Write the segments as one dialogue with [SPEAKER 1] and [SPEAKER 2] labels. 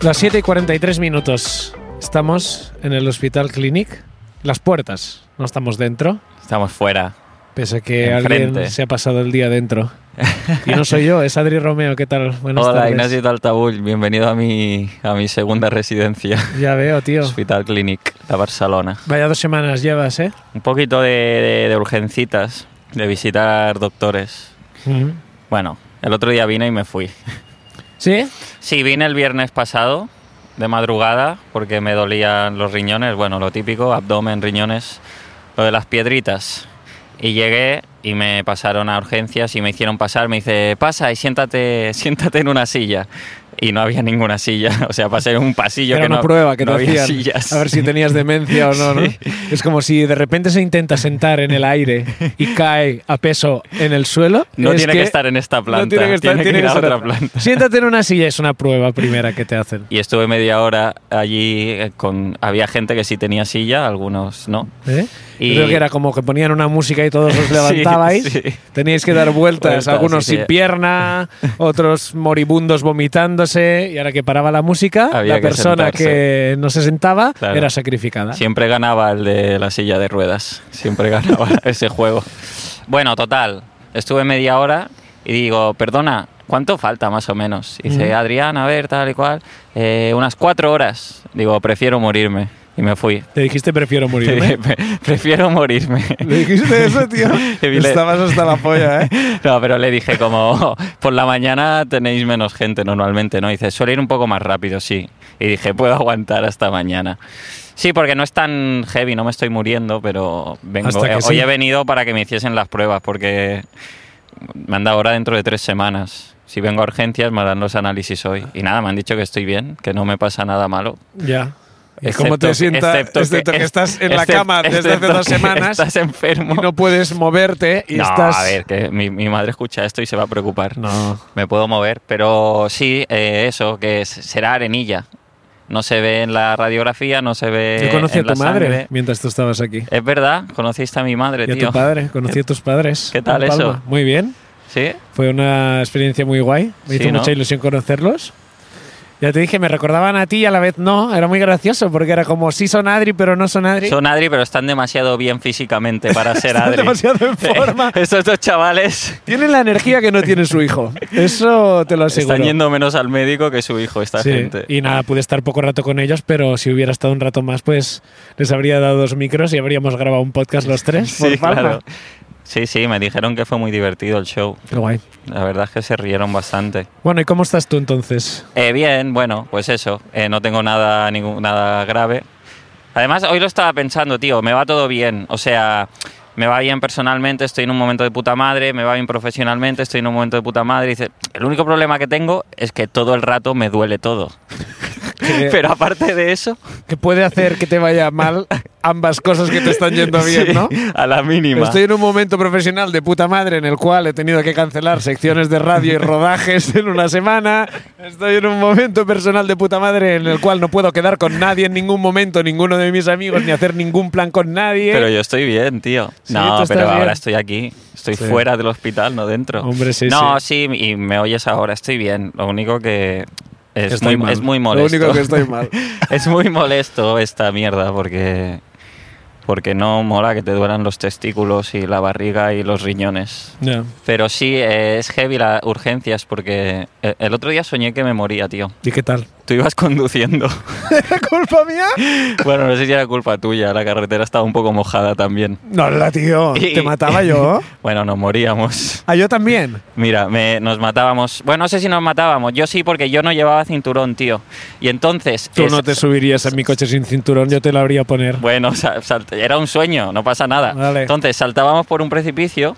[SPEAKER 1] Las 7 y 43 minutos. Estamos en el Hospital Clinic. Las puertas. No estamos dentro.
[SPEAKER 2] Estamos fuera.
[SPEAKER 1] Pese a que
[SPEAKER 2] Enfrente.
[SPEAKER 1] alguien se ha pasado el día dentro. Y no soy yo, es Adri Romeo. ¿Qué tal? Buenas
[SPEAKER 2] Hola,
[SPEAKER 1] tardes.
[SPEAKER 2] Ignacio Taltabull. Bienvenido a mi, a mi segunda residencia.
[SPEAKER 1] Ya veo, tío.
[SPEAKER 2] Hospital Clinic de Barcelona.
[SPEAKER 1] Vaya dos semanas llevas, ¿eh?
[SPEAKER 2] Un poquito de, de- de urgencitas, de visitar doctores. Bueno, el otro día vine y me fui.
[SPEAKER 1] ¿Sí?
[SPEAKER 2] Sí, vine el viernes pasado, de madrugada, porque me dolían los riñones. Bueno, lo típico, abdomen, riñones, lo de las piedritas. Y llegué y me pasaron a urgencias y me hicieron pasar. Me dice, pasa y siéntate, siéntate en una silla. Y no había ninguna silla. O sea, pasé en un pasillo
[SPEAKER 1] Era
[SPEAKER 2] que
[SPEAKER 1] una
[SPEAKER 2] no,
[SPEAKER 1] prueba que
[SPEAKER 2] no
[SPEAKER 1] te
[SPEAKER 2] había
[SPEAKER 1] hacían.
[SPEAKER 2] sillas.
[SPEAKER 1] A ver si tenías demencia o no, ¿no? Es como si de repente se intenta sentar en el aire y cae a peso en el suelo.
[SPEAKER 2] No
[SPEAKER 1] Es
[SPEAKER 2] tiene que, estar en esta planta.
[SPEAKER 1] no tiene que estar, tiene
[SPEAKER 2] ir
[SPEAKER 1] que
[SPEAKER 2] a
[SPEAKER 1] estar-
[SPEAKER 2] otra planta.
[SPEAKER 1] Siéntate en una silla, es una prueba primera que te hacen.
[SPEAKER 2] Y estuve media hora allí eh, con... Había gente que sí tenía silla, algunos no.
[SPEAKER 1] ¿Eh?
[SPEAKER 2] Y-
[SPEAKER 1] Creo que era como que ponían una música y todos os levantabais.
[SPEAKER 2] sí.
[SPEAKER 1] Teníais que dar vueltas,
[SPEAKER 2] Vueltas,
[SPEAKER 1] algunos
[SPEAKER 2] sí, sí.
[SPEAKER 1] sin pierna, otros moribundos vomitándose. Y ahora que paraba la música,
[SPEAKER 2] Había
[SPEAKER 1] la
[SPEAKER 2] que
[SPEAKER 1] persona
[SPEAKER 2] sentarse.
[SPEAKER 1] que no se sentaba
[SPEAKER 2] Claro.
[SPEAKER 1] era sacrificada.
[SPEAKER 2] Siempre ganaba el de la silla de ruedas. Siempre ganaba ese juego. Bueno, total. Estuve media hora y digo, perdona, ¿cuánto falta más o menos? Y dice, Adrián, a ver, tal y cual. eh, unas cuatro horas. Digo, prefiero morirme. Y me fui.
[SPEAKER 1] Te dijiste prefiero morirme.
[SPEAKER 2] prefiero morirme.
[SPEAKER 1] ¿Le dijiste eso, tío?
[SPEAKER 2] Y le-
[SPEAKER 1] Estabas hasta la polla, ¿eh?
[SPEAKER 2] No, pero le dije como, por la mañana tenéis menos gente normalmente, ¿no? Y dice, suele ir un poco más rápido, sí. Y dije, puedo aguantar hasta mañana. Sí, porque no es tan heavy, no me estoy muriendo, pero vengo.
[SPEAKER 1] Hasta que
[SPEAKER 2] eh, hoy
[SPEAKER 1] sí.
[SPEAKER 2] he venido para que me hiciesen las pruebas, porque me han dado ahora dentro de tres semanas. Si vengo a urgencias, me harán los análisis hoy. Y nada, me han dicho que estoy bien, que no me pasa nada malo.
[SPEAKER 1] Ya. ¿Y
[SPEAKER 2] Excepto
[SPEAKER 1] ¿Cómo te
[SPEAKER 2] que-
[SPEAKER 1] sientas?
[SPEAKER 2] excepto
[SPEAKER 1] Excepto que, estás en la
[SPEAKER 2] excep-
[SPEAKER 1] cama desde hace
[SPEAKER 2] excepto
[SPEAKER 1] dos
[SPEAKER 2] que
[SPEAKER 1] semanas
[SPEAKER 2] Estás enfermo.
[SPEAKER 1] y no puedes moverte y
[SPEAKER 2] No,
[SPEAKER 1] estás.
[SPEAKER 2] a ver, que mi, mi madre escucha esto y se va a preocupar.
[SPEAKER 1] No.
[SPEAKER 2] Me puedo mover, pero sí, eh, eso, que s- será arenilla. No se ve en la radiografía, no se ve.
[SPEAKER 1] Yo conocí a
[SPEAKER 2] Eh, en la
[SPEAKER 1] tu madre
[SPEAKER 2] sangre.
[SPEAKER 1] mientras tú estabas aquí.
[SPEAKER 2] Es verdad, conociste a mi madre,
[SPEAKER 1] Y a
[SPEAKER 2] tío.
[SPEAKER 1] tu padre, conocí a tus padres.
[SPEAKER 2] ¿Qué tal
[SPEAKER 1] en Palma.
[SPEAKER 2] eso?
[SPEAKER 1] Muy bien.
[SPEAKER 2] Sí,
[SPEAKER 1] Fue una experiencia muy guay. Me
[SPEAKER 2] Sí,
[SPEAKER 1] hizo
[SPEAKER 2] ¿no?
[SPEAKER 1] mucha ilusión conocerlos. Ya te dije, me recordaban a ti y a la vez no. Era muy gracioso porque era como, sí son Adri, pero no son Adri.
[SPEAKER 2] son Adri, pero están demasiado bien físicamente para ser
[SPEAKER 1] Están
[SPEAKER 2] Adri.
[SPEAKER 1] demasiado en forma.
[SPEAKER 2] Estos dos chavales
[SPEAKER 1] Tienen la energía que no tiene su hijo. Eso te lo aseguro.
[SPEAKER 2] están yendo menos al médico que su hijo, esta
[SPEAKER 1] Sí,
[SPEAKER 2] gente.
[SPEAKER 1] Y nada, pude estar poco rato con ellos, pero si hubiera estado un rato más, pues les habría dado dos micros y habríamos grabado un podcast los tres.
[SPEAKER 2] Sí,
[SPEAKER 1] por Palma.
[SPEAKER 2] claro. Sí, sí, me dijeron que fue muy divertido el show.
[SPEAKER 1] Qué guay.
[SPEAKER 2] La verdad es que se rieron bastante.
[SPEAKER 1] Bueno, ¿y cómo estás tú entonces?
[SPEAKER 2] Eh, bien, bueno, pues eso. eh, no tengo nada, ningún, nada grave. Además, hoy lo estaba pensando, tío. Me va todo bien. O sea, me va bien personalmente, estoy en un momento de puta madre. Me va bien profesionalmente, estoy en un momento de puta madre. Dice, el único problema que tengo es que todo el rato me duele todo.
[SPEAKER 1] Que-
[SPEAKER 2] Pero aparte de eso,
[SPEAKER 1] que puede hacer que te vaya mal ambas cosas que te están yendo bien,
[SPEAKER 2] sí,
[SPEAKER 1] ¿no?
[SPEAKER 2] a la mínima.
[SPEAKER 1] Estoy en un momento profesional de puta madre en el cual he tenido que cancelar secciones de radio y rodajes en una semana. Estoy en un momento personal de puta madre en el cual no puedo quedar con nadie en ningún momento, ninguno de mis amigos, ni hacer ningún plan con nadie.
[SPEAKER 2] Pero yo estoy bien, tío.
[SPEAKER 1] Sí, tú
[SPEAKER 2] no,
[SPEAKER 1] estás
[SPEAKER 2] pero ahora
[SPEAKER 1] bien.
[SPEAKER 2] estoy aquí. Estoy
[SPEAKER 1] Sí.
[SPEAKER 2] fuera del hospital, no dentro.
[SPEAKER 1] Hombre, sí,
[SPEAKER 2] No, sí, y me oyes ahora, estoy bien. Lo único que es,
[SPEAKER 1] Estoy
[SPEAKER 2] muy,
[SPEAKER 1] mal.
[SPEAKER 2] es muy
[SPEAKER 1] Lo
[SPEAKER 2] molesto.
[SPEAKER 1] único que estoy mal.
[SPEAKER 2] es muy molesto esta mierda porque, porque no mola que te duelan los testículos y la barriga y los riñones.
[SPEAKER 1] Ya.
[SPEAKER 2] Pero sí, eh, es heavy las urgencias porque eh, El otro día soñé que me moría, tío.
[SPEAKER 1] ¿Y qué tal?
[SPEAKER 2] Tú ibas conduciendo.
[SPEAKER 1] ¿Era culpa mía?
[SPEAKER 2] bueno, no sé si era culpa tuya. La carretera estaba un poco mojada también.
[SPEAKER 1] No, la tío.
[SPEAKER 2] Y-
[SPEAKER 1] Te mataba yo.
[SPEAKER 2] Bueno, nos moríamos.
[SPEAKER 1] ¿A yo también?
[SPEAKER 2] Mira, me- nos matábamos. Bueno, no sé si nos matábamos. Yo sí, porque yo no llevaba cinturón, tío. Y entonces.
[SPEAKER 1] Tú
[SPEAKER 2] es-
[SPEAKER 1] no te subirías en mi coche sin cinturón, yo te lo habría poner.
[SPEAKER 2] Bueno, sa- salt- era un sueño, no pasa nada.
[SPEAKER 1] Vale.
[SPEAKER 2] Entonces saltábamos por un precipicio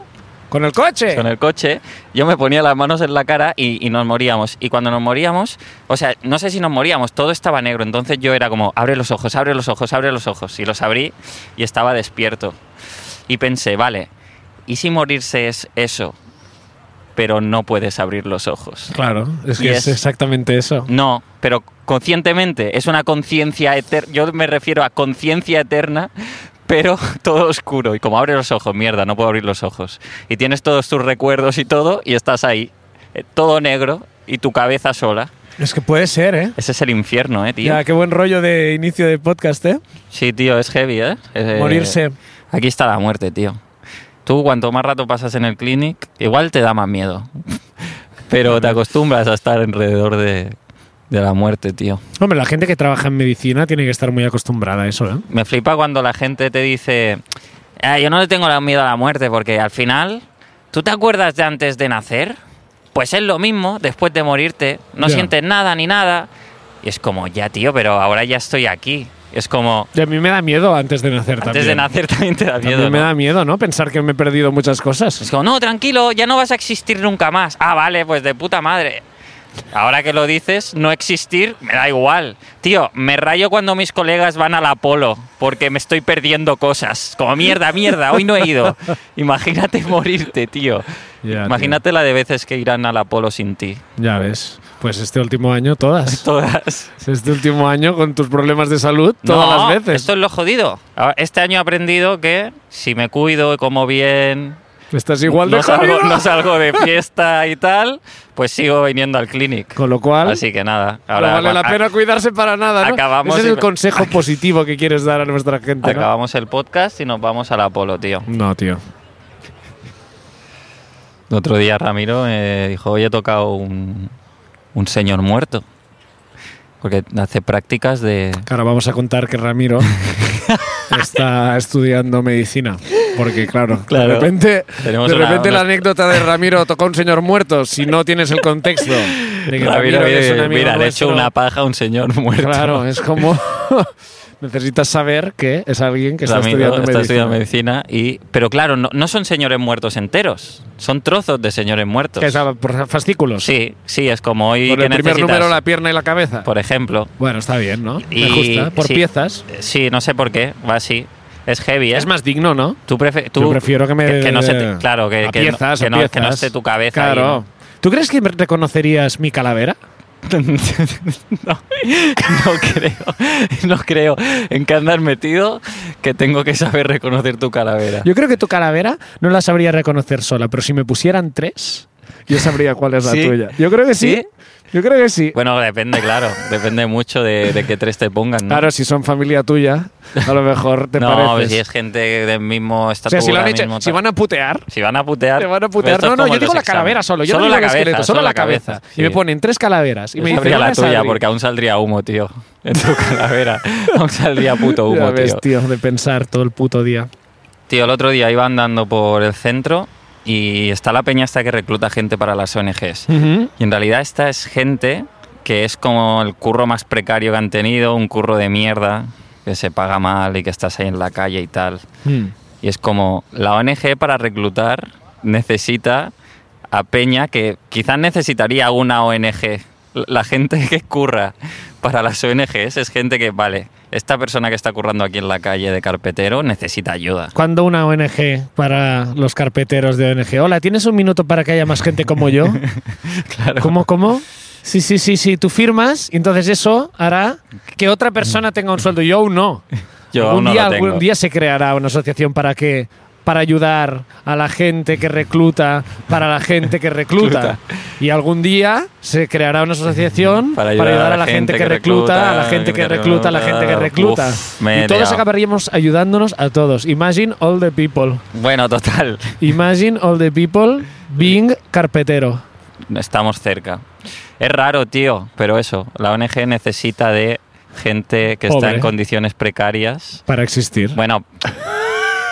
[SPEAKER 1] ¿Con el coche?
[SPEAKER 2] con el coche, yo me ponía las manos en la cara y, y nos moríamos. Y cuando nos moríamos, o sea, no sé si nos moríamos, todo estaba negro. Entonces yo era como, abre los ojos, abre los ojos, abre los ojos. Y los abrí y estaba despierto. Y pensé, vale, ¿y si morirse es eso? Pero no puedes abrir los ojos.
[SPEAKER 1] Claro, es
[SPEAKER 2] Y
[SPEAKER 1] que es
[SPEAKER 2] es-
[SPEAKER 1] exactamente eso.
[SPEAKER 2] No, pero conscientemente, es una conciencia eterna. Yo me refiero a conciencia eterna, pero todo oscuro. Y como abre los ojos, mierda, no puedo abrir los ojos. Y tienes todos tus recuerdos y todo, y estás ahí, eh, todo negro, y tu cabeza sola.
[SPEAKER 1] Es que puede ser, ¿eh?
[SPEAKER 2] Ese es el infierno, ¿eh, tío?
[SPEAKER 1] Ya, qué buen rollo de inicio de podcast, ¿eh?
[SPEAKER 2] Sí, tío, es heavy, ¿eh? Eh,
[SPEAKER 1] Morirse.
[SPEAKER 2] Aquí está la muerte, tío. Tú, cuanto más rato pasas en el clinic, igual te da más miedo. Pero te acostumbras a estar alrededor de, de la muerte, tío.
[SPEAKER 1] Hombre, la gente que trabaja en medicina tiene que estar muy acostumbrada a eso, ¿eh?
[SPEAKER 2] Me flipa cuando la gente te dice, "Ah, yo no le tengo la- miedo a la muerte, porque al final, ¿tú te acuerdas de antes de nacer? Pues es lo mismo, después de morirte, no
[SPEAKER 1] Ya.
[SPEAKER 2] sientes nada ni nada. Y es como, ya tío, pero ahora ya estoy aquí. Es como,
[SPEAKER 1] Y a mí me da miedo antes de nacer
[SPEAKER 2] antes
[SPEAKER 1] también.
[SPEAKER 2] de nacer también te da
[SPEAKER 1] También
[SPEAKER 2] miedo.
[SPEAKER 1] me
[SPEAKER 2] ¿no?
[SPEAKER 1] da miedo, ¿no? Pensar que me he perdido muchas
[SPEAKER 2] Es
[SPEAKER 1] cosas.
[SPEAKER 2] como, no, tranquilo, ya no vas a existir nunca más. Ah, vale, pues de puta madre. Ahora que lo dices, no existir, me da igual. Tío, me rayo cuando mis colegas van al Apolo, porque me estoy perdiendo cosas. Como mierda, mierda, hoy no he ido. Imagínate morirte, tío.
[SPEAKER 1] Ya,
[SPEAKER 2] Imagínate la de veces que irán al Apolo sin ti.
[SPEAKER 1] Ya ves. Pues este último año todas.
[SPEAKER 2] Todas.
[SPEAKER 1] Este último año con tus problemas de salud todas
[SPEAKER 2] No,
[SPEAKER 1] las veces.
[SPEAKER 2] Esto es lo jodido. Ahora, Este año he aprendido que si me cuido y como bien,
[SPEAKER 1] Estás igual
[SPEAKER 2] no
[SPEAKER 1] de
[SPEAKER 2] salgo,
[SPEAKER 1] jodido.
[SPEAKER 2] no salgo de fiesta y tal, pues sigo viniendo al clinic.
[SPEAKER 1] Con lo cual,
[SPEAKER 2] Así que nada,
[SPEAKER 1] no
[SPEAKER 2] ahora ah,
[SPEAKER 1] vale la
[SPEAKER 2] a-
[SPEAKER 1] pena cuidarse para nada, ¿no?
[SPEAKER 2] acabamos
[SPEAKER 1] Ese es
[SPEAKER 2] y-
[SPEAKER 1] el consejo positivo que quieres dar a nuestra gente, ¿no?
[SPEAKER 2] acabamos el podcast y nos vamos al Apolo, tío.
[SPEAKER 1] No, tío.
[SPEAKER 2] El otro día Ramiro me dijo, hoy he tocado un, un señor muerto. Porque hace prácticas de...
[SPEAKER 1] Claro, vamos a contar que Ramiro está estudiando medicina. Porque, claro,
[SPEAKER 2] Claro.
[SPEAKER 1] de repente,
[SPEAKER 2] Tenemos
[SPEAKER 1] de
[SPEAKER 2] una-
[SPEAKER 1] repente
[SPEAKER 2] una-
[SPEAKER 1] la anécdota de Ramiro tocó a un señor muerto, si no tienes el contexto. de que
[SPEAKER 2] Ramiro,
[SPEAKER 1] es un
[SPEAKER 2] eh,
[SPEAKER 1] amigo
[SPEAKER 2] mira, le he hecho
[SPEAKER 1] nuestro.
[SPEAKER 2] una paja a un señor muerto.
[SPEAKER 1] Claro, es como. necesitas saber que es alguien que está
[SPEAKER 2] Ramiro
[SPEAKER 1] estudiando medicina.
[SPEAKER 2] medicina y, pero claro, no, no son señores muertos enteros, son trozos de señores muertos.
[SPEAKER 1] Que es a- por fascículos.
[SPEAKER 2] Sí, sí, es como hoy
[SPEAKER 1] Con
[SPEAKER 2] que
[SPEAKER 1] el primer
[SPEAKER 2] necesitas,
[SPEAKER 1] número, la pierna y la cabeza.
[SPEAKER 2] por ejemplo.
[SPEAKER 1] Bueno, está bien, ¿no?
[SPEAKER 2] Y-
[SPEAKER 1] Me gusta. Por
[SPEAKER 2] sí.
[SPEAKER 1] piezas.
[SPEAKER 2] Sí, no sé por qué, va así. Es heavy, ¿eh?
[SPEAKER 1] Es más digno, ¿no?
[SPEAKER 2] Tú prefe- tú-
[SPEAKER 1] Yo prefiero que me.
[SPEAKER 2] que no se te- claro, que,
[SPEAKER 1] a
[SPEAKER 2] que no-
[SPEAKER 1] piezas,
[SPEAKER 2] que
[SPEAKER 1] a
[SPEAKER 2] no,
[SPEAKER 1] piezas.
[SPEAKER 2] que no esté tu cabeza.
[SPEAKER 1] Claro.
[SPEAKER 2] ahí,
[SPEAKER 1] ¿Tú crees que reconocerías mi calavera?
[SPEAKER 2] ¿no? no, no creo, no creo en qué andas metido que tengo que saber reconocer tu calavera.
[SPEAKER 1] Yo creo que tu calavera no la sabría reconocer sola, pero si me pusieran tres, yo sabría cuál es la
[SPEAKER 2] ¿Sí?
[SPEAKER 1] tuya. Yo creo que sí.
[SPEAKER 2] ¿Sí?
[SPEAKER 1] Yo creo que sí.
[SPEAKER 2] Bueno, depende, claro, depende mucho de, de qué tres te pongan. ¿no?
[SPEAKER 1] Claro, si son familia tuya, a lo mejor te
[SPEAKER 2] no,
[SPEAKER 1] pareces.
[SPEAKER 2] pues si es gente del mismo
[SPEAKER 1] o
[SPEAKER 2] estatura,
[SPEAKER 1] sea, si, lo han hecho-
[SPEAKER 2] mismo
[SPEAKER 1] si
[SPEAKER 2] tal.
[SPEAKER 1] van a putear,
[SPEAKER 2] Si van a putear.
[SPEAKER 1] te van a
[SPEAKER 2] pero
[SPEAKER 1] putear.
[SPEAKER 2] esto es
[SPEAKER 1] No, no,
[SPEAKER 2] como
[SPEAKER 1] yo
[SPEAKER 2] en
[SPEAKER 1] digo la
[SPEAKER 2] los
[SPEAKER 1] calavera
[SPEAKER 2] exámenes.
[SPEAKER 1] solo. Yo no digo el esqueleto, solo la cabeza.
[SPEAKER 2] sí.
[SPEAKER 1] Y me ponen tres calaveras. Y me dicen,
[SPEAKER 2] Yo sabría
[SPEAKER 1] "Una
[SPEAKER 2] la
[SPEAKER 1] es
[SPEAKER 2] tuya,
[SPEAKER 1] Adri".
[SPEAKER 2] porque aún saldría humo, tío. En tu calavera. aún saldría puto
[SPEAKER 1] Ya
[SPEAKER 2] humo,
[SPEAKER 1] ves,
[SPEAKER 2] tío.
[SPEAKER 1] tío, de pensar todo el puto día.
[SPEAKER 2] Tío, el otro día iba andando por el centro y está la peña esta que recluta gente para las ONGs. Y en realidad esta es gente que es como el curro más precario que han tenido, un curro de mierda, que se paga mal y que estás ahí en la calle y tal.
[SPEAKER 1] Mm.
[SPEAKER 2] Y es como la ONG para reclutar necesita a Peña que quizás necesitaría una ONG. L- La gente que curra para las ONGs es gente que, vale, esta persona que está currando aquí en la calle de carpetero necesita ayuda.
[SPEAKER 1] ¿Cuándo una ONG para los carpeteros de ONG? Hola, ¿tienes un minuto para que haya más gente como yo?
[SPEAKER 2] Claro.
[SPEAKER 1] ¿Cómo, cómo? Sí, sí, sí, sí, tú firmas y entonces eso hará que otra persona tenga un sueldo. Yo aún no.
[SPEAKER 2] Yo
[SPEAKER 1] algún
[SPEAKER 2] aún no
[SPEAKER 1] día,
[SPEAKER 2] lo tengo.
[SPEAKER 1] algún día se creará una asociación para que para ayudar a la gente que recluta, para la gente que recluta.
[SPEAKER 2] Recluta.
[SPEAKER 1] Y algún día se creará una asociación para ayudar, a la gente, que recluta, a la gente que recluta, a la gente que recluta.
[SPEAKER 2] eh, Uf, me he
[SPEAKER 1] y todos
[SPEAKER 2] liado.
[SPEAKER 1] acabaríamos ayudándonos a todos. Imagine all the people.
[SPEAKER 2] Bueno, total.
[SPEAKER 1] Imagine all the people being carpetero.
[SPEAKER 2] estamos cerca. Es raro, tío, pero eso, la ONG necesita de gente que está
[SPEAKER 3] Pobre.
[SPEAKER 2] en condiciones precarias.
[SPEAKER 3] Para existir.
[SPEAKER 2] Bueno,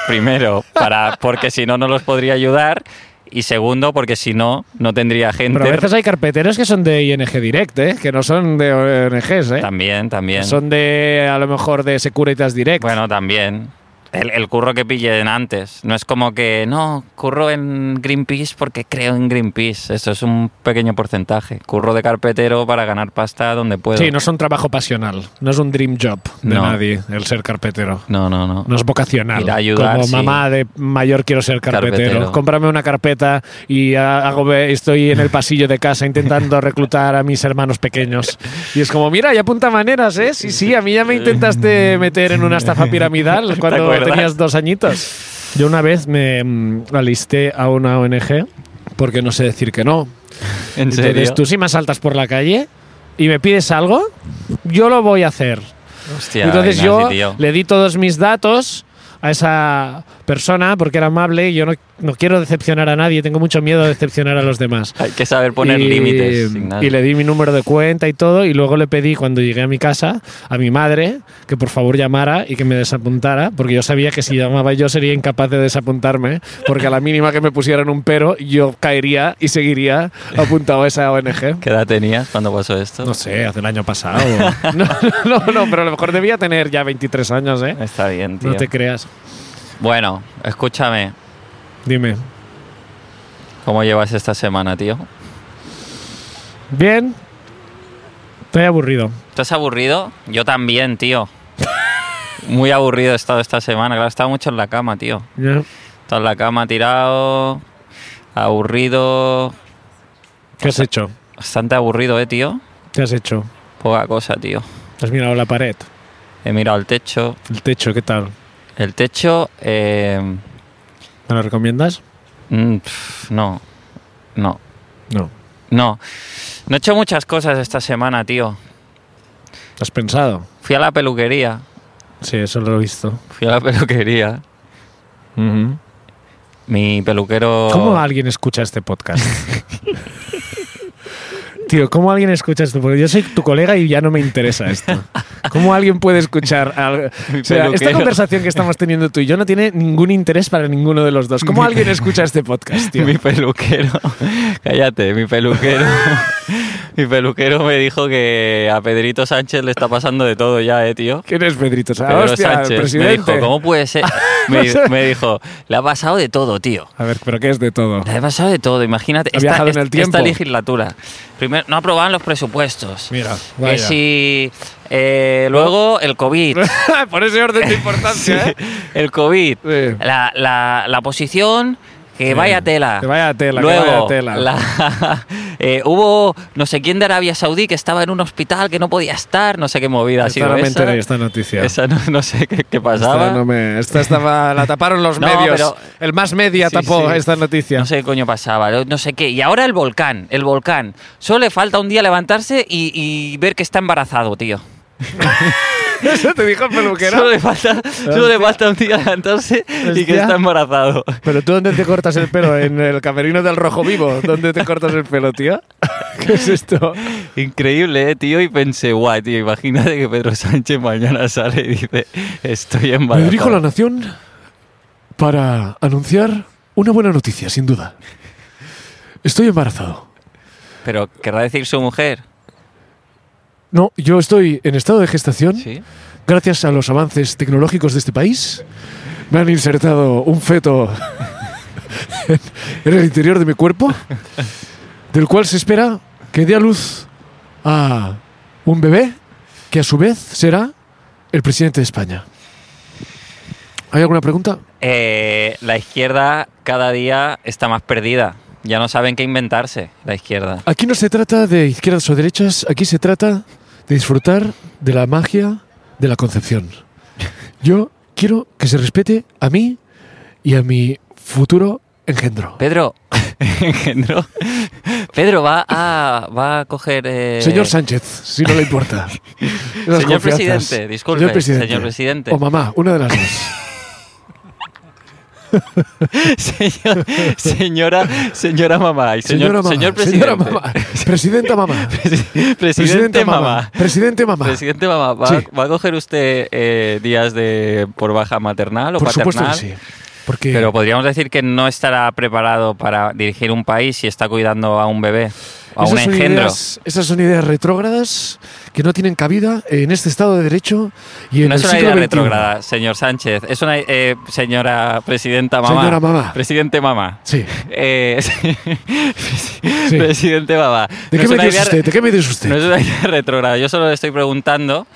[SPEAKER 2] primero, para, porque si no, no los podría ayudar. Y segundo, porque si no, no tendría gente.
[SPEAKER 3] Pero a veces hay
[SPEAKER 1] Carpeteros que son de ING Direct, ¿eh? que no son de ONGs, ¿eh?
[SPEAKER 2] También, también.
[SPEAKER 1] son de, a lo mejor, de Securitas Direct.
[SPEAKER 2] Bueno, también. El, el curro que pillen antes. No es como que, no, curro en Greenpeace porque creo en Greenpeace. Eso es un pequeño porcentaje. Curro de carpetero para ganar pasta donde puedo.
[SPEAKER 1] sí, no es un trabajo pasional, no es un dream job de
[SPEAKER 2] No.
[SPEAKER 1] nadie el ser carpetero.
[SPEAKER 2] no, no, no.
[SPEAKER 1] No es vocacional.
[SPEAKER 2] Ir a ayudar,
[SPEAKER 1] Como
[SPEAKER 2] sí.
[SPEAKER 1] mamá de mayor quiero ser carpetero.
[SPEAKER 2] Carpetero.
[SPEAKER 1] Cómprame una carpeta y ha- hago ve- estoy en el pasillo de casa intentando reclutar a mis hermanos pequeños. Y es como, mira, ya apunta maneras, ¿eh? Sí, sí, a mí ya me intentaste meter en una estafa piramidal cuando
[SPEAKER 2] acuerdas?
[SPEAKER 1] tenías dos añitos. Yo una vez me mm, alisté a una ONG porque no sé decir que no.
[SPEAKER 2] ¿En
[SPEAKER 1] Entonces
[SPEAKER 2] serio?
[SPEAKER 1] tú si me saltas por la calle y me pides algo, yo lo voy a hacer.
[SPEAKER 2] Hostia,
[SPEAKER 1] Entonces
[SPEAKER 2] Ignasi,
[SPEAKER 1] yo
[SPEAKER 2] tío.
[SPEAKER 1] le di todos mis datos a esa persona porque era amable y yo no, no quiero decepcionar a nadie, tengo mucho miedo de decepcionar a los demás.
[SPEAKER 2] Hay que saber poner
[SPEAKER 1] Y-
[SPEAKER 2] límites.
[SPEAKER 1] Y
[SPEAKER 2] Ignasi.
[SPEAKER 1] le di mi número de cuenta y todo y luego le pedí cuando llegué a mi casa a mi madre que por favor llamara y que me desapuntara porque yo sabía que si llamaba yo sería incapaz de desapuntarme porque a la mínima que me pusieran un pero yo caería y seguiría apuntado a esa ONG.
[SPEAKER 2] ¿Qué edad tenías cuando pasó esto?
[SPEAKER 1] No sé, hace el año pasado. no, no, no, pero a lo mejor debía tener ya 23 años, ¿eh?
[SPEAKER 2] Está bien, tío.
[SPEAKER 1] No te creas.
[SPEAKER 2] Bueno, escúchame.
[SPEAKER 1] Dime.
[SPEAKER 2] ¿Cómo llevas esta semana, tío?
[SPEAKER 1] Bien. Estoy aburrido.
[SPEAKER 2] ¿Estás aburrido? Yo también, tío. Muy aburrido he estado esta semana. Claro, he estado mucho en la cama, tío.
[SPEAKER 1] Ya.
[SPEAKER 2] He estado en la cama tirado, aburrido.
[SPEAKER 1] ¿Qué has hecho?
[SPEAKER 2] Bastante aburrido, eh, tío.
[SPEAKER 1] ¿Qué has hecho?
[SPEAKER 2] Poca cosa, tío.
[SPEAKER 1] ¿Has mirado la pared?
[SPEAKER 2] He mirado el techo.
[SPEAKER 1] ¿El techo? ¿Qué tal?
[SPEAKER 2] El techo, eh,
[SPEAKER 1] ¿Me lo recomiendas?
[SPEAKER 2] mm, pf, no, no,
[SPEAKER 1] No.
[SPEAKER 2] no. No he hecho muchas cosas esta semana, tío.
[SPEAKER 1] ¿Has pensado?
[SPEAKER 2] Fui a la peluquería.
[SPEAKER 1] Sí, eso lo he visto.
[SPEAKER 2] Fui a la peluquería. Mi peluquero...
[SPEAKER 1] ¿Cómo alguien escucha este podcast? Tío, ¿cómo alguien escucha esto? Porque yo soy tu colega y ya no me interesa esto. ¿Cómo alguien puede escuchar? al-
[SPEAKER 2] Mi
[SPEAKER 1] O sea, esta
[SPEAKER 2] peluquero.
[SPEAKER 1] conversación que estamos teniendo tú y yo no tiene ningún interés para ninguno de los dos. ¿Cómo alguien escucha este podcast, tío?
[SPEAKER 2] Mi peluquero, cállate, mi peluquero, mi peluquero me dijo que a Pedrito Sánchez le está pasando de todo ya, eh, tío.
[SPEAKER 1] ¿Quién es Pedrito? Sa-
[SPEAKER 2] Pedro
[SPEAKER 1] ¡Hostia, el
[SPEAKER 2] Sánchez me
[SPEAKER 1] presidente!
[SPEAKER 2] dijo, ¿cómo puede ser? Me, di- me dijo, le ha pasado de todo, tío.
[SPEAKER 1] A ver, pero ¿qué es de todo?
[SPEAKER 2] Le ha pasado de todo, imagínate.
[SPEAKER 1] Ha viajado en el
[SPEAKER 2] esta
[SPEAKER 1] tiempo.
[SPEAKER 2] legislatura. Primero, no aprobaban los presupuestos.
[SPEAKER 1] Mira, vaya.
[SPEAKER 2] Que si. eh, luego el COVID.
[SPEAKER 1] Por ese orden de importancia, ¿eh?
[SPEAKER 2] El COVID.
[SPEAKER 1] Sí.
[SPEAKER 2] La, la, la posición, que vaya tela.
[SPEAKER 1] Que vaya tela, que vaya
[SPEAKER 2] Luego,
[SPEAKER 1] tela.
[SPEAKER 2] la- eh, hubo no sé quién de Arabia Saudí que estaba en un hospital que no podía estar, no sé qué movida ha
[SPEAKER 1] Esta
[SPEAKER 2] sido
[SPEAKER 1] no me
[SPEAKER 2] esa.
[SPEAKER 1] enteré, esta noticia.
[SPEAKER 2] Esa no, no sé qué, qué pasaba.
[SPEAKER 1] Esta, no me- esta estaba, la taparon los
[SPEAKER 2] No,
[SPEAKER 1] medios.
[SPEAKER 2] pero-
[SPEAKER 1] el más media
[SPEAKER 2] Sí,
[SPEAKER 1] tapó
[SPEAKER 2] sí.
[SPEAKER 1] esta noticia.
[SPEAKER 2] No sé qué coño pasaba, no sé qué. Y ahora el volcán, el volcán. Solo le falta un día levantarse y, y ver que está embarazado, tío.
[SPEAKER 1] Eso te dijo el peluquero.
[SPEAKER 2] Solo le falta, solo le falta un día levantarse y que
[SPEAKER 1] Hostia.
[SPEAKER 2] está embarazado.
[SPEAKER 1] Pero tú dónde te cortas el pelo? En el camerino del rojo vivo. ¿Dónde te cortas el pelo, tío? ¿Qué es esto?
[SPEAKER 2] Increíble, ¿eh, tío. Y pensé, guay, tío, imagínate que Pedro Sánchez mañana sale y dice, estoy
[SPEAKER 4] Me
[SPEAKER 2] embarazado.
[SPEAKER 4] dirijo a la nación para anunciar una buena noticia, sin duda. Estoy embarazado.
[SPEAKER 2] Pero querrá decir su mujer,
[SPEAKER 4] No, yo estoy en estado de gestación.
[SPEAKER 2] ¿sí?
[SPEAKER 4] Gracias a los avances tecnológicos de este país, me han insertado un feto en el interior de mi cuerpo, del cual se espera que dé a luz a un bebé que a su vez será el presidente de España. ¿Hay alguna pregunta?
[SPEAKER 2] Eh, la izquierda cada día está más perdida. Ya no saben qué inventarse, la izquierda.
[SPEAKER 4] Aquí no se trata de izquierdas o derechas, aquí se trata de disfrutar de la magia de la concepción. Yo quiero que se respete a mí y a mi futuro engendro.
[SPEAKER 2] Pedro, engendró. Pedro va a, va a coger. eh,
[SPEAKER 4] Señor Sánchez, si no le importa. Las
[SPEAKER 2] Señor
[SPEAKER 4] confianzas.
[SPEAKER 2] presidente, disculpe.
[SPEAKER 4] Señor presidente.
[SPEAKER 2] Señor presidente.
[SPEAKER 4] O mamá, una de las dos.
[SPEAKER 2] Señor- señora, señora mamá. y Señor,
[SPEAKER 4] Señora mamá,
[SPEAKER 2] señor presidente.
[SPEAKER 4] señora mamá, presidenta mamá,
[SPEAKER 2] Presidente,
[SPEAKER 4] presidenta mamá,
[SPEAKER 2] mamá.
[SPEAKER 4] presidente mamá.
[SPEAKER 2] Presidente mamá, ¿va,
[SPEAKER 4] Sí.
[SPEAKER 2] va a coger usted eh, días de por baja maternal o
[SPEAKER 4] Por
[SPEAKER 2] paternal?
[SPEAKER 4] supuesto que sí. Porque
[SPEAKER 2] Pero podríamos decir que no estará preparado para dirigir un país si está cuidando a un bebé, a un
[SPEAKER 4] esas son
[SPEAKER 2] engendro.
[SPEAKER 4] ideas- esas son ideas retrógradas que no tienen cabida en este Estado de Derecho y en
[SPEAKER 2] No
[SPEAKER 4] el
[SPEAKER 2] es una
[SPEAKER 4] siglo
[SPEAKER 2] idea
[SPEAKER 4] XXI.
[SPEAKER 2] retrógrada, señor Sánchez. Es una eh, señora presidenta mamá.
[SPEAKER 4] Señora mamá.
[SPEAKER 2] Presidente mamá.
[SPEAKER 4] Sí.
[SPEAKER 2] Eh,
[SPEAKER 4] Sí.
[SPEAKER 2] Presidente mamá.
[SPEAKER 4] ¿De
[SPEAKER 2] No
[SPEAKER 4] qué
[SPEAKER 2] es
[SPEAKER 4] me
[SPEAKER 2] una
[SPEAKER 4] dice
[SPEAKER 2] idea-
[SPEAKER 4] usted? ¿De qué me dice usted?
[SPEAKER 2] No es una idea retrógrada. Yo solo le estoy preguntando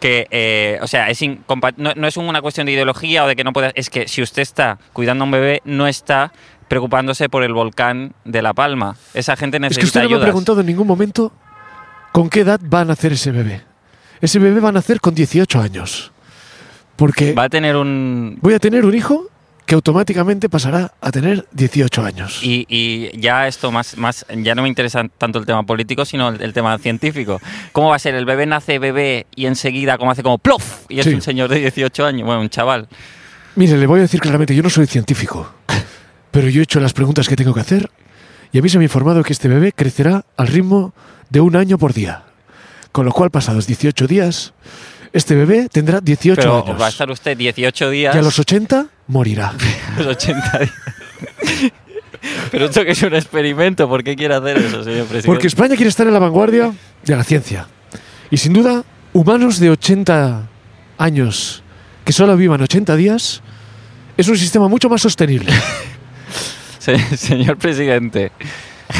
[SPEAKER 2] que, eh, o sea, es incompa- no, no es una cuestión de ideología o de que no pueda. Es que si usted está cuidando a un bebé, no está preocupándose por el volcán de La Palma. Esa gente
[SPEAKER 4] Es
[SPEAKER 2] necesita
[SPEAKER 4] que usted no me ha
[SPEAKER 2] ayudas.
[SPEAKER 4] preguntado en ningún momento con qué edad va a nacer ese bebé. Ese bebé va a nacer con 18 años. Porque
[SPEAKER 2] Va a tener un.
[SPEAKER 4] voy a tener un hijo que automáticamente pasará a tener 18 años.
[SPEAKER 2] Y, y ya esto más, más, ya no me interesa tanto el tema político, sino el, el tema científico. ¿Cómo va a ser? El bebé nace bebé y enseguida como hace como plof y es
[SPEAKER 4] Sí.
[SPEAKER 2] un señor de 18 años, bueno, un chaval.
[SPEAKER 4] Mire, le voy a decir claramente, yo no soy científico, pero yo he hecho las preguntas que tengo que hacer y a mí se me ha informado que este bebé crecerá al ritmo de un año por día. Con lo cual, pasados 18 días, este bebé tendrá 18
[SPEAKER 2] Pero
[SPEAKER 4] años.
[SPEAKER 2] va a estar usted 18 días.
[SPEAKER 4] Y a los 80 morirá.
[SPEAKER 2] Los 80 días. Pero esto que es un experimento, ¿por qué quiere hacer eso, señor presidente?
[SPEAKER 4] Porque España quiere estar en la vanguardia de la ciencia. Y sin duda, humanos de 80 años que solo vivan 80 días es un sistema mucho más sostenible.
[SPEAKER 2] Se- señor presidente,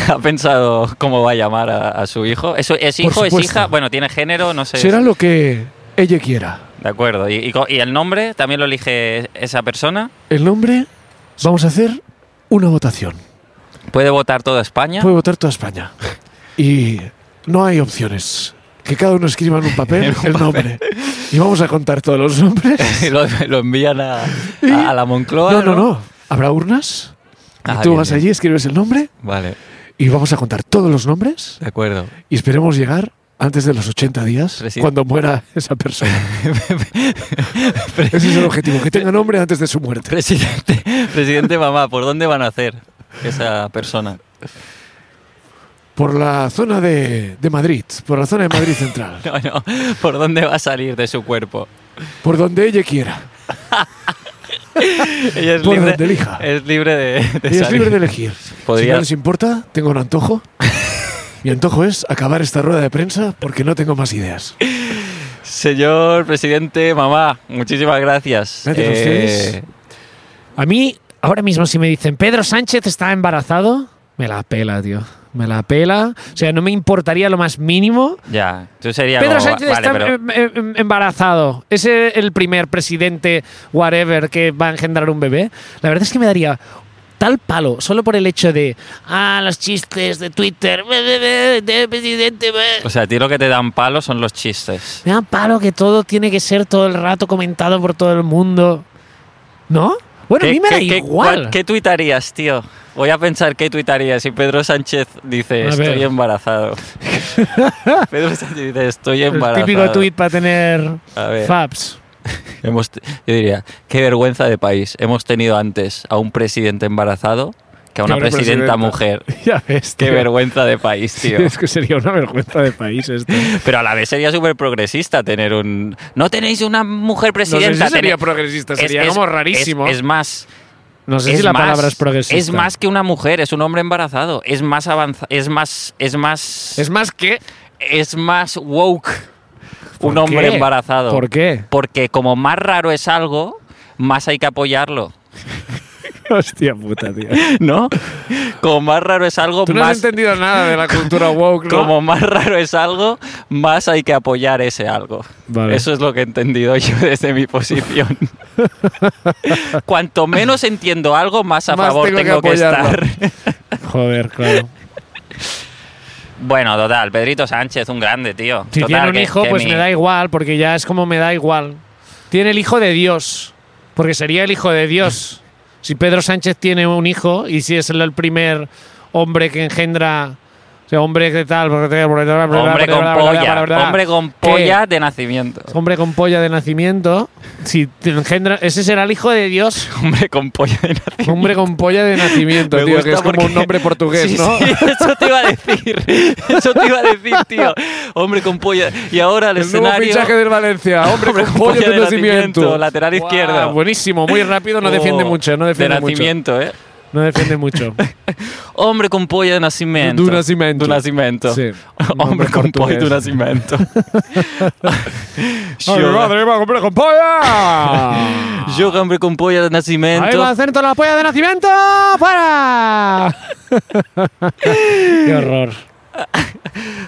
[SPEAKER 2] ¿ha pensado cómo va a llamar a, a su hijo? ¿Es, es
[SPEAKER 4] Por
[SPEAKER 2] hijo, es
[SPEAKER 4] supuesto.
[SPEAKER 2] hija? Bueno, tiene género, no sé.
[SPEAKER 4] Será lo que ella quiera.
[SPEAKER 2] De acuerdo. ¿Y, y co- y el nombre también lo elige esa persona?
[SPEAKER 4] El nombre, vamos a hacer una votación.
[SPEAKER 2] ¿Puede votar toda España?
[SPEAKER 4] Puede votar toda España. Y no hay opciones. Que cada uno escriba en un papel el nombre. Y vamos a contar todos los nombres.
[SPEAKER 2] lo, lo envían a,
[SPEAKER 4] Y-
[SPEAKER 2] a- a la Moncloa.
[SPEAKER 4] No, no, no. Habrá urnas.
[SPEAKER 2] Ah,
[SPEAKER 4] y tú
[SPEAKER 2] bien,
[SPEAKER 4] vas
[SPEAKER 2] bien.
[SPEAKER 4] allí, escribes el nombre
[SPEAKER 2] Vale,
[SPEAKER 4] y vamos a contar todos los nombres.
[SPEAKER 2] de acuerdo.
[SPEAKER 4] Y esperemos llegar antes de los 80 días,
[SPEAKER 2] Presidente.
[SPEAKER 4] cuando muera esa persona. Ese es el objetivo, que tenga nombre antes de su muerte.
[SPEAKER 2] Presidente, presidente mamá, ¿por dónde van a hacer esa persona?
[SPEAKER 4] Por la zona de, de Madrid, por la zona de Madrid Central,
[SPEAKER 2] No, no, ¿por dónde va a salir de su cuerpo?
[SPEAKER 4] por donde ella quiera.
[SPEAKER 2] Ella es
[SPEAKER 4] Por
[SPEAKER 2] libre,
[SPEAKER 4] donde elija.
[SPEAKER 2] Es libre de, de
[SPEAKER 4] Y es
[SPEAKER 2] salir.
[SPEAKER 4] libre de elegir. Si
[SPEAKER 2] Podría-
[SPEAKER 4] no les importa, tengo un antojo. Mi antojo es acabar esta rueda de prensa porque no tengo más ideas.
[SPEAKER 2] Señor presidente, mamá, muchísimas gracias. Eh,
[SPEAKER 4] Gracias a ustedes.
[SPEAKER 3] A mí, ahora mismo, si me dicen Pedro Sánchez está embarazado, me la pela, tío. Me la pela. O sea, no me importaría lo más mínimo.
[SPEAKER 2] Ya, tú serías
[SPEAKER 3] Pedro
[SPEAKER 2] como,
[SPEAKER 3] Sánchez
[SPEAKER 2] vale,
[SPEAKER 3] está
[SPEAKER 2] pero-
[SPEAKER 3] em- em- em- embarazado. Es el primer presidente, whatever, que va a engendrar un bebé. La verdad es que me daría tal palo solo por el hecho de. Ah, los chistes de Twitter. be, be, be, de presidente. be".
[SPEAKER 2] O sea, a ti lo que te dan palo son los chistes.
[SPEAKER 3] Me da palo que todo tiene que ser todo el rato comentado por todo el mundo. ¿No? Bueno, a mí me da igual.
[SPEAKER 2] cuál- ¿Qué tuitarías, tío? Voy a pensar qué tuitarías si Pedro Sánchez dice
[SPEAKER 3] A
[SPEAKER 2] estoy
[SPEAKER 3] ver.
[SPEAKER 2] embarazado. Pedro Sánchez dice estoy
[SPEAKER 3] El
[SPEAKER 2] embarazado.
[SPEAKER 3] típico tweet para tener
[SPEAKER 2] A ver.
[SPEAKER 3] faps.
[SPEAKER 2] Hemos te- yo diría, qué vergüenza de país. Hemos tenido antes a un presidente embarazado que a una
[SPEAKER 4] una
[SPEAKER 2] presidenta,
[SPEAKER 4] presidenta.
[SPEAKER 2] mujer.
[SPEAKER 4] Ya ves.
[SPEAKER 2] Qué
[SPEAKER 4] tío.
[SPEAKER 2] vergüenza de país, tío.
[SPEAKER 4] Es que sería una vergüenza de país esto.
[SPEAKER 2] Pero a la vez sería súper progresista tener un... No tenéis una mujer presidenta.
[SPEAKER 1] no sé si sería
[SPEAKER 2] tenéis-
[SPEAKER 1] progresista,
[SPEAKER 2] Es-
[SPEAKER 1] sería
[SPEAKER 2] es-
[SPEAKER 1] como rarísimo.
[SPEAKER 2] Es, es más...
[SPEAKER 3] No sé
[SPEAKER 2] es
[SPEAKER 3] si la
[SPEAKER 2] más-
[SPEAKER 3] palabra es progresista.
[SPEAKER 2] Es más que una mujer, es un hombre embarazado. Es más avanzado. Es más... Es más...
[SPEAKER 1] Es más que.
[SPEAKER 2] es más woke un
[SPEAKER 3] qué?
[SPEAKER 2] hombre embarazado.
[SPEAKER 3] ¿Por qué?
[SPEAKER 2] Porque como más raro es algo, más hay que apoyarlo,
[SPEAKER 4] Hostia puta, tío.
[SPEAKER 2] ¿no? Como más raro es algo,
[SPEAKER 1] Tú no has
[SPEAKER 2] más
[SPEAKER 1] entendido nada de la cultura woke, ¿no?
[SPEAKER 2] como más raro es algo, más hay que apoyar ese algo.
[SPEAKER 4] Vale.
[SPEAKER 2] Eso es lo que he entendido yo desde mi posición. Cuanto menos entiendo algo, más a
[SPEAKER 1] Más
[SPEAKER 2] favor
[SPEAKER 1] tengo que
[SPEAKER 2] tengo que estar.
[SPEAKER 1] apoyarlo.
[SPEAKER 3] Joder, claro.
[SPEAKER 2] bueno, total, Pedrito Sánchez, un grande, tío.
[SPEAKER 3] Si
[SPEAKER 2] Total,
[SPEAKER 3] tiene un
[SPEAKER 2] que-
[SPEAKER 3] hijo,
[SPEAKER 2] que
[SPEAKER 3] pues
[SPEAKER 2] mi-
[SPEAKER 3] me da igual, porque ya es como me da igual. Tiene el hijo de Dios, porque sería el hijo de Dios. Si Pedro Sánchez tiene un hijo y si es el primer hombre que engendra
[SPEAKER 1] O sea, hombre, ¿qué tal? Hombre
[SPEAKER 2] Hombre con polla. Hombre con polla de nacimiento.
[SPEAKER 1] Hombre con polla de nacimiento. Si te engendra, ese será el hijo de Dios.
[SPEAKER 2] Hombre con polla de nacimiento.
[SPEAKER 1] Hombre con polla de nacimiento,
[SPEAKER 5] Me
[SPEAKER 1] tío.
[SPEAKER 5] gusta
[SPEAKER 1] Que es como
[SPEAKER 5] porque-
[SPEAKER 1] un nombre portugués,
[SPEAKER 2] Sí,
[SPEAKER 1] ¿no?
[SPEAKER 2] sí, eso te iba a decir. Eso te iba a decir, tío. Hombre con polla. Y ahora el,
[SPEAKER 5] El nuevo
[SPEAKER 2] escenario.
[SPEAKER 5] fichaje del Valencia. Hombre,
[SPEAKER 2] hombre
[SPEAKER 5] con pollo de nacimiento.
[SPEAKER 2] Lateral
[SPEAKER 1] Guau,
[SPEAKER 2] izquierdo.
[SPEAKER 1] buenísimo, muy rápido, no defiende
[SPEAKER 2] Oh,
[SPEAKER 1] mucho, no defiende
[SPEAKER 2] De
[SPEAKER 1] mucho.
[SPEAKER 2] nacimiento, ¿eh?
[SPEAKER 1] No defiende mucho.
[SPEAKER 2] Hombre con polla de nacimiento.
[SPEAKER 5] Du nacimiento.
[SPEAKER 2] Du nacimiento.
[SPEAKER 5] Sí.
[SPEAKER 2] Hombre con polla de nacimiento.
[SPEAKER 5] ¡Ay,
[SPEAKER 2] Yo,
[SPEAKER 5] madre, va a comprar con polla!
[SPEAKER 2] yo, hombre con polla de
[SPEAKER 1] ¡Ahí va a
[SPEAKER 2] nacimiento.
[SPEAKER 1] hacer toda la polla de nacimiento! ¡Fuera! ¡Qué horror!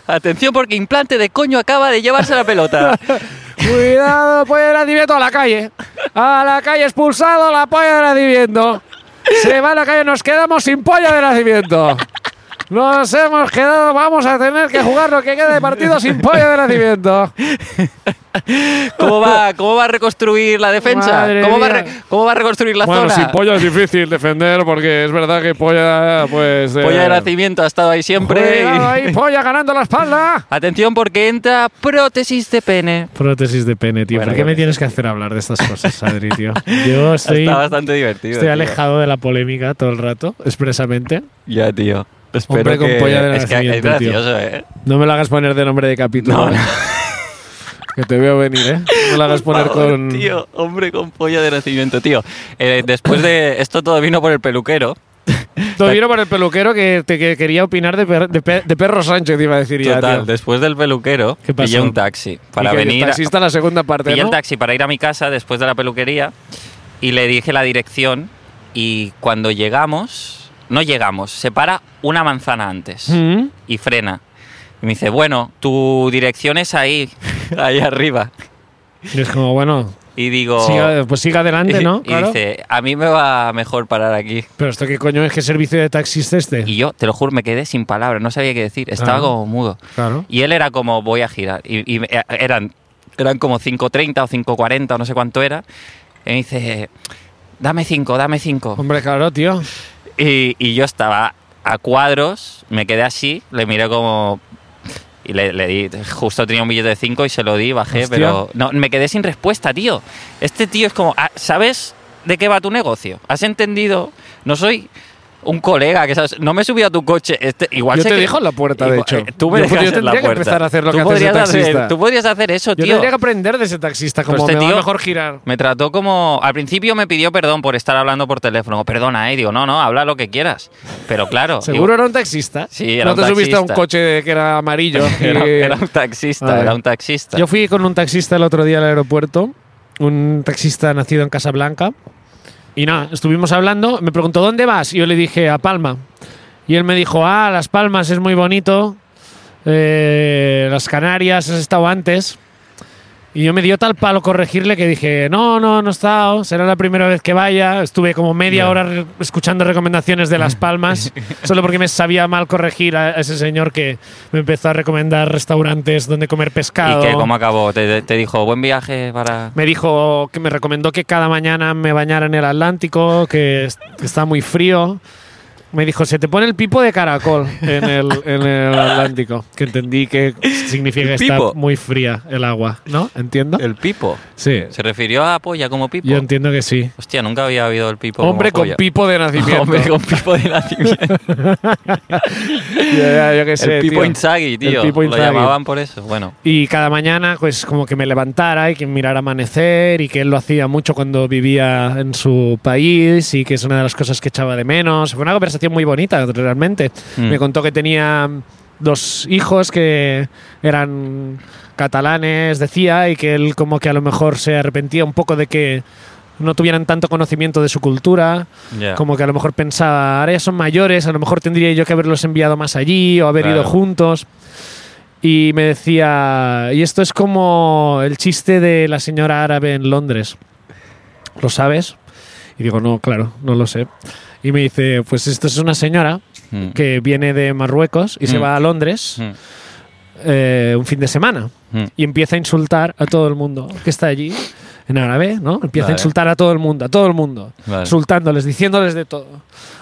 [SPEAKER 2] Atención porque implante de coño acaba de llevarse la pelota.
[SPEAKER 1] ¡Cuidado, polla de nacimiento! ¡A la calle! ¡A la calle! ¡Expulsado la polla de nacimiento! ¡Se va a la calle! ¡Nos quedamos sin polla de nacimiento! ¡Nos hemos quedado! ¡Vamos a tener que jugar lo que queda de partido sin polla de nacimiento!
[SPEAKER 2] ¿Cómo va, cómo va a reconstruir la defensa?
[SPEAKER 1] Madre
[SPEAKER 2] ¿Cómo va, a
[SPEAKER 1] mía.
[SPEAKER 2] re- ¿Cómo va a reconstruir la
[SPEAKER 6] Bueno,
[SPEAKER 2] zona?
[SPEAKER 6] sin polla es difícil defender porque es verdad que polla, pues. eh,
[SPEAKER 2] Polla de nacimiento ha estado ahí siempre. y-
[SPEAKER 1] ¡Cuidado ahí, polla ganando la espalda!
[SPEAKER 2] Atención porque entra prótesis de pene.
[SPEAKER 1] Prótesis de pene, tío.
[SPEAKER 2] ¿Por qué me
[SPEAKER 1] tienes que hacer hablar de estas cosas, Adri, tío? Yo
[SPEAKER 2] Está bastante divertido. tío.
[SPEAKER 1] de la polémica todo el rato, expresamente.
[SPEAKER 2] Ya, tío. Espero
[SPEAKER 1] Hombre con
[SPEAKER 2] que...
[SPEAKER 1] polla de
[SPEAKER 2] es que es
[SPEAKER 1] nacimiento, tío.
[SPEAKER 2] gracioso, ¿eh?
[SPEAKER 1] No me lo hagas poner de nombre de capítulo.
[SPEAKER 2] No, no.
[SPEAKER 1] Que te veo venir, ¿eh? No me lo hagas poner
[SPEAKER 2] Por favor,
[SPEAKER 1] con.
[SPEAKER 2] Tío, hombre con polla de nacimiento, tío. Eh, después de... Esto todo vino por el peluquero.
[SPEAKER 1] Lo vino por el peluquero que, te, que quería opinar de, per- de pe- de Perro Sánchez, te iba a decir ya.
[SPEAKER 2] Total,
[SPEAKER 1] tío.
[SPEAKER 2] después del peluquero,
[SPEAKER 1] ¿Qué pasó?
[SPEAKER 2] pillé un taxi para
[SPEAKER 1] Y que
[SPEAKER 2] venir...
[SPEAKER 1] El
[SPEAKER 2] a-
[SPEAKER 1] taxista la segunda parte.
[SPEAKER 2] Pillé
[SPEAKER 1] ¿no?
[SPEAKER 2] el taxi para ir a mi casa después de la peluquería y le dije la dirección y cuando llegamos, no llegamos, se para una manzana antes
[SPEAKER 1] Mm.
[SPEAKER 2] y frena. Y me dice, bueno, tu dirección es ahí, ahí arriba.
[SPEAKER 1] Y es como, bueno,
[SPEAKER 2] Y digo...
[SPEAKER 1] siga- pues siga adelante, ¿no?
[SPEAKER 2] Y,
[SPEAKER 1] Claro.
[SPEAKER 2] dice, a mí me va mejor parar aquí.
[SPEAKER 1] Pero esto qué coño es que servicio de taxista este.
[SPEAKER 2] Y yo, te lo juro, me quedé sin palabras, no sabía qué decir, estaba
[SPEAKER 1] Ah.
[SPEAKER 2] como mudo.
[SPEAKER 1] Claro.
[SPEAKER 2] Y él era como, voy a girar. Y, y me- eh, eran, eran como 5.30 o 5.40 o no sé cuánto era. Y me dice, dame 5, dame 5.
[SPEAKER 1] Hombre, claro, tío.
[SPEAKER 2] Y, y yo estaba a cuadros, me quedé así, le miré como... Y le, le di, justo tenía un billete de 5 y se lo di, bajé,
[SPEAKER 1] Hostia.
[SPEAKER 2] pero no, me quedé sin respuesta, tío. Este tío es como, "Ah, ¿sabes de qué va tu negocio? ¿Has entendido? No soy un colega, que sabes, no me he subido a tu coche. Este, igual
[SPEAKER 1] Yo
[SPEAKER 2] sé
[SPEAKER 1] te
[SPEAKER 2] que-
[SPEAKER 1] dejo en la puerta, de
[SPEAKER 2] Igual-
[SPEAKER 1] hecho.
[SPEAKER 2] eh, Tú me
[SPEAKER 1] Yo-
[SPEAKER 2] dejas
[SPEAKER 1] yo
[SPEAKER 2] en la
[SPEAKER 1] tendría que
[SPEAKER 2] puerta.
[SPEAKER 1] empezar a hacer lo
[SPEAKER 2] Tú
[SPEAKER 1] que hace ese
[SPEAKER 2] podrías hacer-
[SPEAKER 1] taxista.
[SPEAKER 2] Tú podrías hacer eso,
[SPEAKER 1] Yo
[SPEAKER 2] tío.
[SPEAKER 1] tendría que aprender de ese taxista, como
[SPEAKER 2] este
[SPEAKER 1] me va
[SPEAKER 2] tío-
[SPEAKER 1] mejor girar.
[SPEAKER 2] Me trató como... Al principio me pidió perdón por estar hablando por teléfono. Perdona, eh. Digo, no, no, habla lo que quieras. Pero claro...
[SPEAKER 1] Seguro
[SPEAKER 2] igual-
[SPEAKER 1] era un taxista.
[SPEAKER 2] Sí, era
[SPEAKER 1] no
[SPEAKER 2] un
[SPEAKER 1] te subiste a un
[SPEAKER 2] taxista.
[SPEAKER 1] coche de- que era amarillo.
[SPEAKER 2] Era,
[SPEAKER 1] y-
[SPEAKER 2] era un taxista,
[SPEAKER 1] Vale.
[SPEAKER 2] era un taxista.
[SPEAKER 1] Yo fui con un taxista el otro día al aeropuerto, un taxista nacido en Casablanca. Y nada, estuvimos hablando, me preguntó, ¿dónde vas? Y yo le dije, a Palma. Y él me dijo, ah, Las Palmas es muy bonito, eh, las Canarias, has estado antes. Y yo me dio tal palo corregirle que dije, no, no, no he estado, será la primera vez que vaya. Estuve como media hora re- escuchando recomendaciones de Las Palmas, solo porque me sabía mal corregir a a ese señor que me empezó a recomendar restaurantes donde comer pescado.
[SPEAKER 2] ¿Y que ¿Cómo acabó? Te, te dijo, buen viaje para...
[SPEAKER 1] Me dijo que me recomendó que cada mañana me bañara en el Atlántico, que es- que está muy frío. Me dijo, se te pone el pipo de caracol en el, en el Atlántico. Que entendí que significa que
[SPEAKER 2] El
[SPEAKER 1] está
[SPEAKER 2] pipo.
[SPEAKER 1] muy fría el agua, ¿no? ¿Entiendo?
[SPEAKER 2] El pipo.
[SPEAKER 1] Sí,
[SPEAKER 2] Se refirió a polla como pipo.
[SPEAKER 1] yo entiendo que sí.
[SPEAKER 2] Hostia, nunca había oído el pipo
[SPEAKER 1] Hombre
[SPEAKER 2] como
[SPEAKER 1] con
[SPEAKER 2] polla.
[SPEAKER 1] pipo de nacimiento.
[SPEAKER 2] Hombre con pipo de nacimiento.
[SPEAKER 1] Ya, ya, yo qué sé,
[SPEAKER 2] el pipo
[SPEAKER 1] Eh, tío.
[SPEAKER 2] Inzaghi, tío.
[SPEAKER 1] pipo
[SPEAKER 2] Lo
[SPEAKER 1] Inzaghi.
[SPEAKER 2] llamaban por eso. Bueno.
[SPEAKER 1] Y cada mañana, pues como que me levantara y que mirara amanecer y que él lo hacía mucho cuando vivía en su país y que es una de las cosas que echaba de menos. Fue una conversación muy bonita, realmente.
[SPEAKER 2] Mm.
[SPEAKER 1] Me contó que tenía dos hijos que eran catalanes, decía, y que él como que a lo mejor se arrepentía un poco de que no tuvieran tanto conocimiento de su cultura.
[SPEAKER 2] ya.
[SPEAKER 1] Como que a lo mejor pensaba, ahora ya son mayores, a lo mejor tendría yo que haberlos enviado más allí o haber
[SPEAKER 2] Claro.
[SPEAKER 1] ido juntos. Y me decía, y esto es como el chiste de la señora árabe en Londres. ¿Lo sabes? Y digo, no, claro, no lo sé. Y me dice, pues esto es una señora
[SPEAKER 2] Mm.
[SPEAKER 1] que viene de Marruecos y se
[SPEAKER 2] Mm.
[SPEAKER 1] va a Londres
[SPEAKER 2] Mm.
[SPEAKER 1] eh, un fin de semana
[SPEAKER 2] Mm.
[SPEAKER 1] y empieza a insultar a todo el mundo que está allí en árabe, ¿no? Empieza
[SPEAKER 2] Vale.
[SPEAKER 1] a insultar a todo el mundo, a todo el mundo,
[SPEAKER 2] Vale.
[SPEAKER 1] insultándoles, diciéndoles de todo,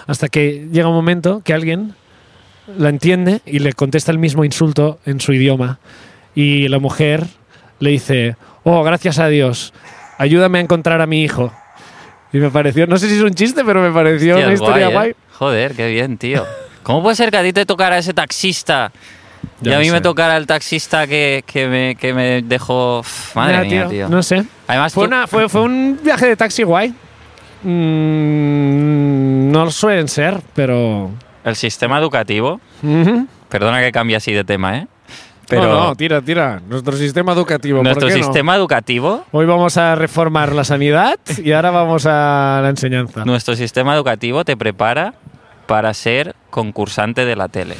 [SPEAKER 1] hasta que llega un momento que alguien la entiende y le contesta el mismo insulto en su idioma. Y la mujer le dice, oh, gracias a Dios, ayúdame a encontrar a mi hijo. Y me pareció, no sé si es un chiste, pero me pareció
[SPEAKER 2] Hostia,
[SPEAKER 1] una
[SPEAKER 2] es
[SPEAKER 1] historia
[SPEAKER 2] guay, ¿eh?
[SPEAKER 1] guay.
[SPEAKER 2] Joder, qué bien, tío. ¿Cómo puede ser que a ti te tocara ese taxista? Y
[SPEAKER 4] Ya
[SPEAKER 2] a mí
[SPEAKER 4] sé.
[SPEAKER 2] me tocara el taxista que, que me, que me dejó. Uf, Madre
[SPEAKER 1] Nada,
[SPEAKER 2] mía, tío.
[SPEAKER 1] No sé.
[SPEAKER 2] Además,
[SPEAKER 1] Fue,
[SPEAKER 2] tú-
[SPEAKER 1] una- fue, fue un viaje de taxi guay. Mm, no lo suelen ser, pero...
[SPEAKER 2] el sistema educativo.
[SPEAKER 1] Ujú.
[SPEAKER 2] Perdona que cambie así de tema, ¿eh? Pero
[SPEAKER 7] No, no, tira, tira. Nuestro sistema educativo. ¿por
[SPEAKER 2] nuestro
[SPEAKER 7] qué no?
[SPEAKER 2] sistema educativo,
[SPEAKER 1] Hoy vamos a reformar la sanidad y ahora vamos a la enseñanza.
[SPEAKER 2] nuestro sistema educativo te prepara para ser concursante de la tele.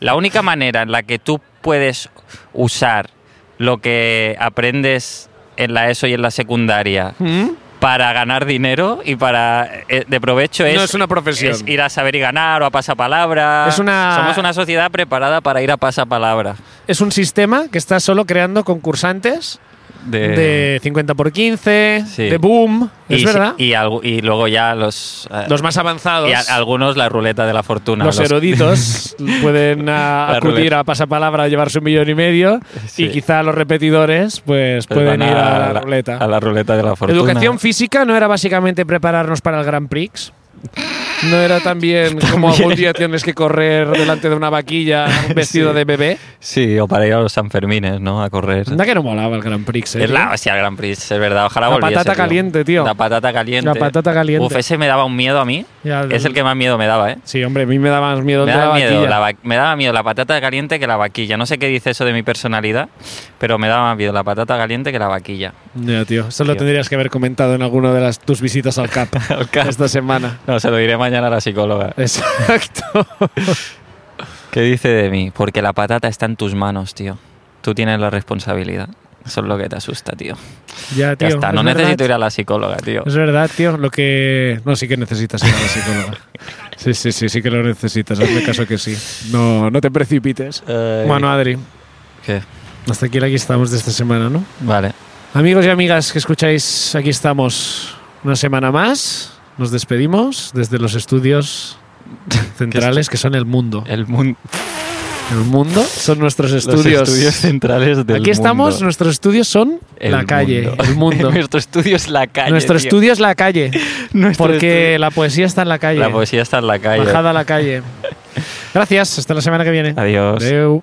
[SPEAKER 2] la única manera en la que tú puedes usar lo que aprendes en la ESO y en la secundaria
[SPEAKER 1] Mm.
[SPEAKER 2] para ganar dinero y para eh, de provecho es,
[SPEAKER 7] No es una profesión.
[SPEAKER 2] es ir a saber y ganar o a pasapalabra.
[SPEAKER 1] Es una-
[SPEAKER 2] Somos una sociedad preparada para ir a pasapalabra.
[SPEAKER 1] Es un sistema que está solo creando concursantes
[SPEAKER 2] De,
[SPEAKER 1] de 50 por 15,
[SPEAKER 2] Eh. Sí.
[SPEAKER 1] de boom,
[SPEAKER 2] y,
[SPEAKER 1] es
[SPEAKER 2] si-
[SPEAKER 1] verdad.
[SPEAKER 2] Y, algu- y luego ya los... eh,
[SPEAKER 1] los más avanzados,
[SPEAKER 2] y a- algunos la ruleta de la fortuna.
[SPEAKER 1] los
[SPEAKER 2] los-
[SPEAKER 1] eruditos, pueden a-
[SPEAKER 2] La
[SPEAKER 1] acudir
[SPEAKER 2] ruleta.
[SPEAKER 1] a pasapalabra a llevarse un millón y medio
[SPEAKER 2] Sí.
[SPEAKER 1] y quizá los repetidores pues
[SPEAKER 2] pues
[SPEAKER 1] pueden
[SPEAKER 2] van
[SPEAKER 1] ir a, la ruleta.
[SPEAKER 2] A la ruleta de la fortuna.
[SPEAKER 1] Educación física no era básicamente prepararnos para el Grand Prix.
[SPEAKER 7] No era también como algún día tienes que correr delante de una vaquilla vestido de bebé.
[SPEAKER 2] Sí, o para ir a los Sanfermines, ¿no? A correr.
[SPEAKER 1] Anda que no molaba el Grand Prix, ¿eh?
[SPEAKER 2] Es la hostia, el Grand Prix, es verdad. Ojalá
[SPEAKER 1] La
[SPEAKER 2] volviese,
[SPEAKER 1] patata caliente, tío.
[SPEAKER 2] La patata caliente.
[SPEAKER 1] La patata caliente.
[SPEAKER 2] Uf, ese me daba un miedo a mí.
[SPEAKER 1] Ya,
[SPEAKER 2] es el que más miedo me daba, ¿eh?
[SPEAKER 1] Sí, hombre, a mí me daba más miedo
[SPEAKER 2] Me
[SPEAKER 1] el de la
[SPEAKER 2] daba, miedo
[SPEAKER 1] vaquilla.
[SPEAKER 2] la va- me daba miedo la patata caliente que la vaquilla. No sé qué dice eso de mi personalidad, pero me daba más miedo la patata caliente que la vaquilla.
[SPEAKER 1] Ya, tío. Eso lo
[SPEAKER 2] Tío.
[SPEAKER 1] tendrías que haber comentado en alguna de las, tus visitas al CAP
[SPEAKER 2] Al CAP.
[SPEAKER 1] esta semana.
[SPEAKER 2] No, se lo diré mañana a la psicóloga.
[SPEAKER 1] Exacto.
[SPEAKER 2] ¿Qué dice de mí? Porque la patata está en tus manos, tío. Tú tienes la responsabilidad. Eso es lo que te asusta, tío.
[SPEAKER 1] Ya, tío.
[SPEAKER 2] ya está,
[SPEAKER 1] es
[SPEAKER 2] no
[SPEAKER 1] verdad.
[SPEAKER 2] necesito ir a la psicóloga, tío.
[SPEAKER 1] Es verdad, tío. Lo que. No, sí que necesitas ir a la psicóloga. sí, sí, sí, sí que lo necesitas. Hazme caso que sí.
[SPEAKER 4] No, no te precipites.
[SPEAKER 2] Eh,
[SPEAKER 1] Bueno, Adri,
[SPEAKER 2] ¿qué?
[SPEAKER 1] hasta aquí el aquí estamos de esta semana, ¿no?
[SPEAKER 2] Vale.
[SPEAKER 1] Amigos y amigas que escucháis, aquí estamos una semana más. Nos despedimos desde los estudios centrales que son el mundo.
[SPEAKER 2] El mundo.
[SPEAKER 1] El mundo son nuestros
[SPEAKER 2] Los estudios centrales del
[SPEAKER 1] Aquí estamos,
[SPEAKER 2] mundo.
[SPEAKER 1] nuestros estudios son
[SPEAKER 2] El
[SPEAKER 1] la calle,
[SPEAKER 2] mundo.
[SPEAKER 1] el mundo.
[SPEAKER 2] Nuestro estudio es la calle.
[SPEAKER 1] Nuestro
[SPEAKER 2] tío.
[SPEAKER 1] estudio es la calle,
[SPEAKER 2] Nuestro
[SPEAKER 1] porque la poesía está en la calle.
[SPEAKER 2] estudio. La poesía está en la calle.
[SPEAKER 1] Bajada a la calle. Gracias, hasta la semana que viene.
[SPEAKER 2] Adiós.
[SPEAKER 1] Adeu.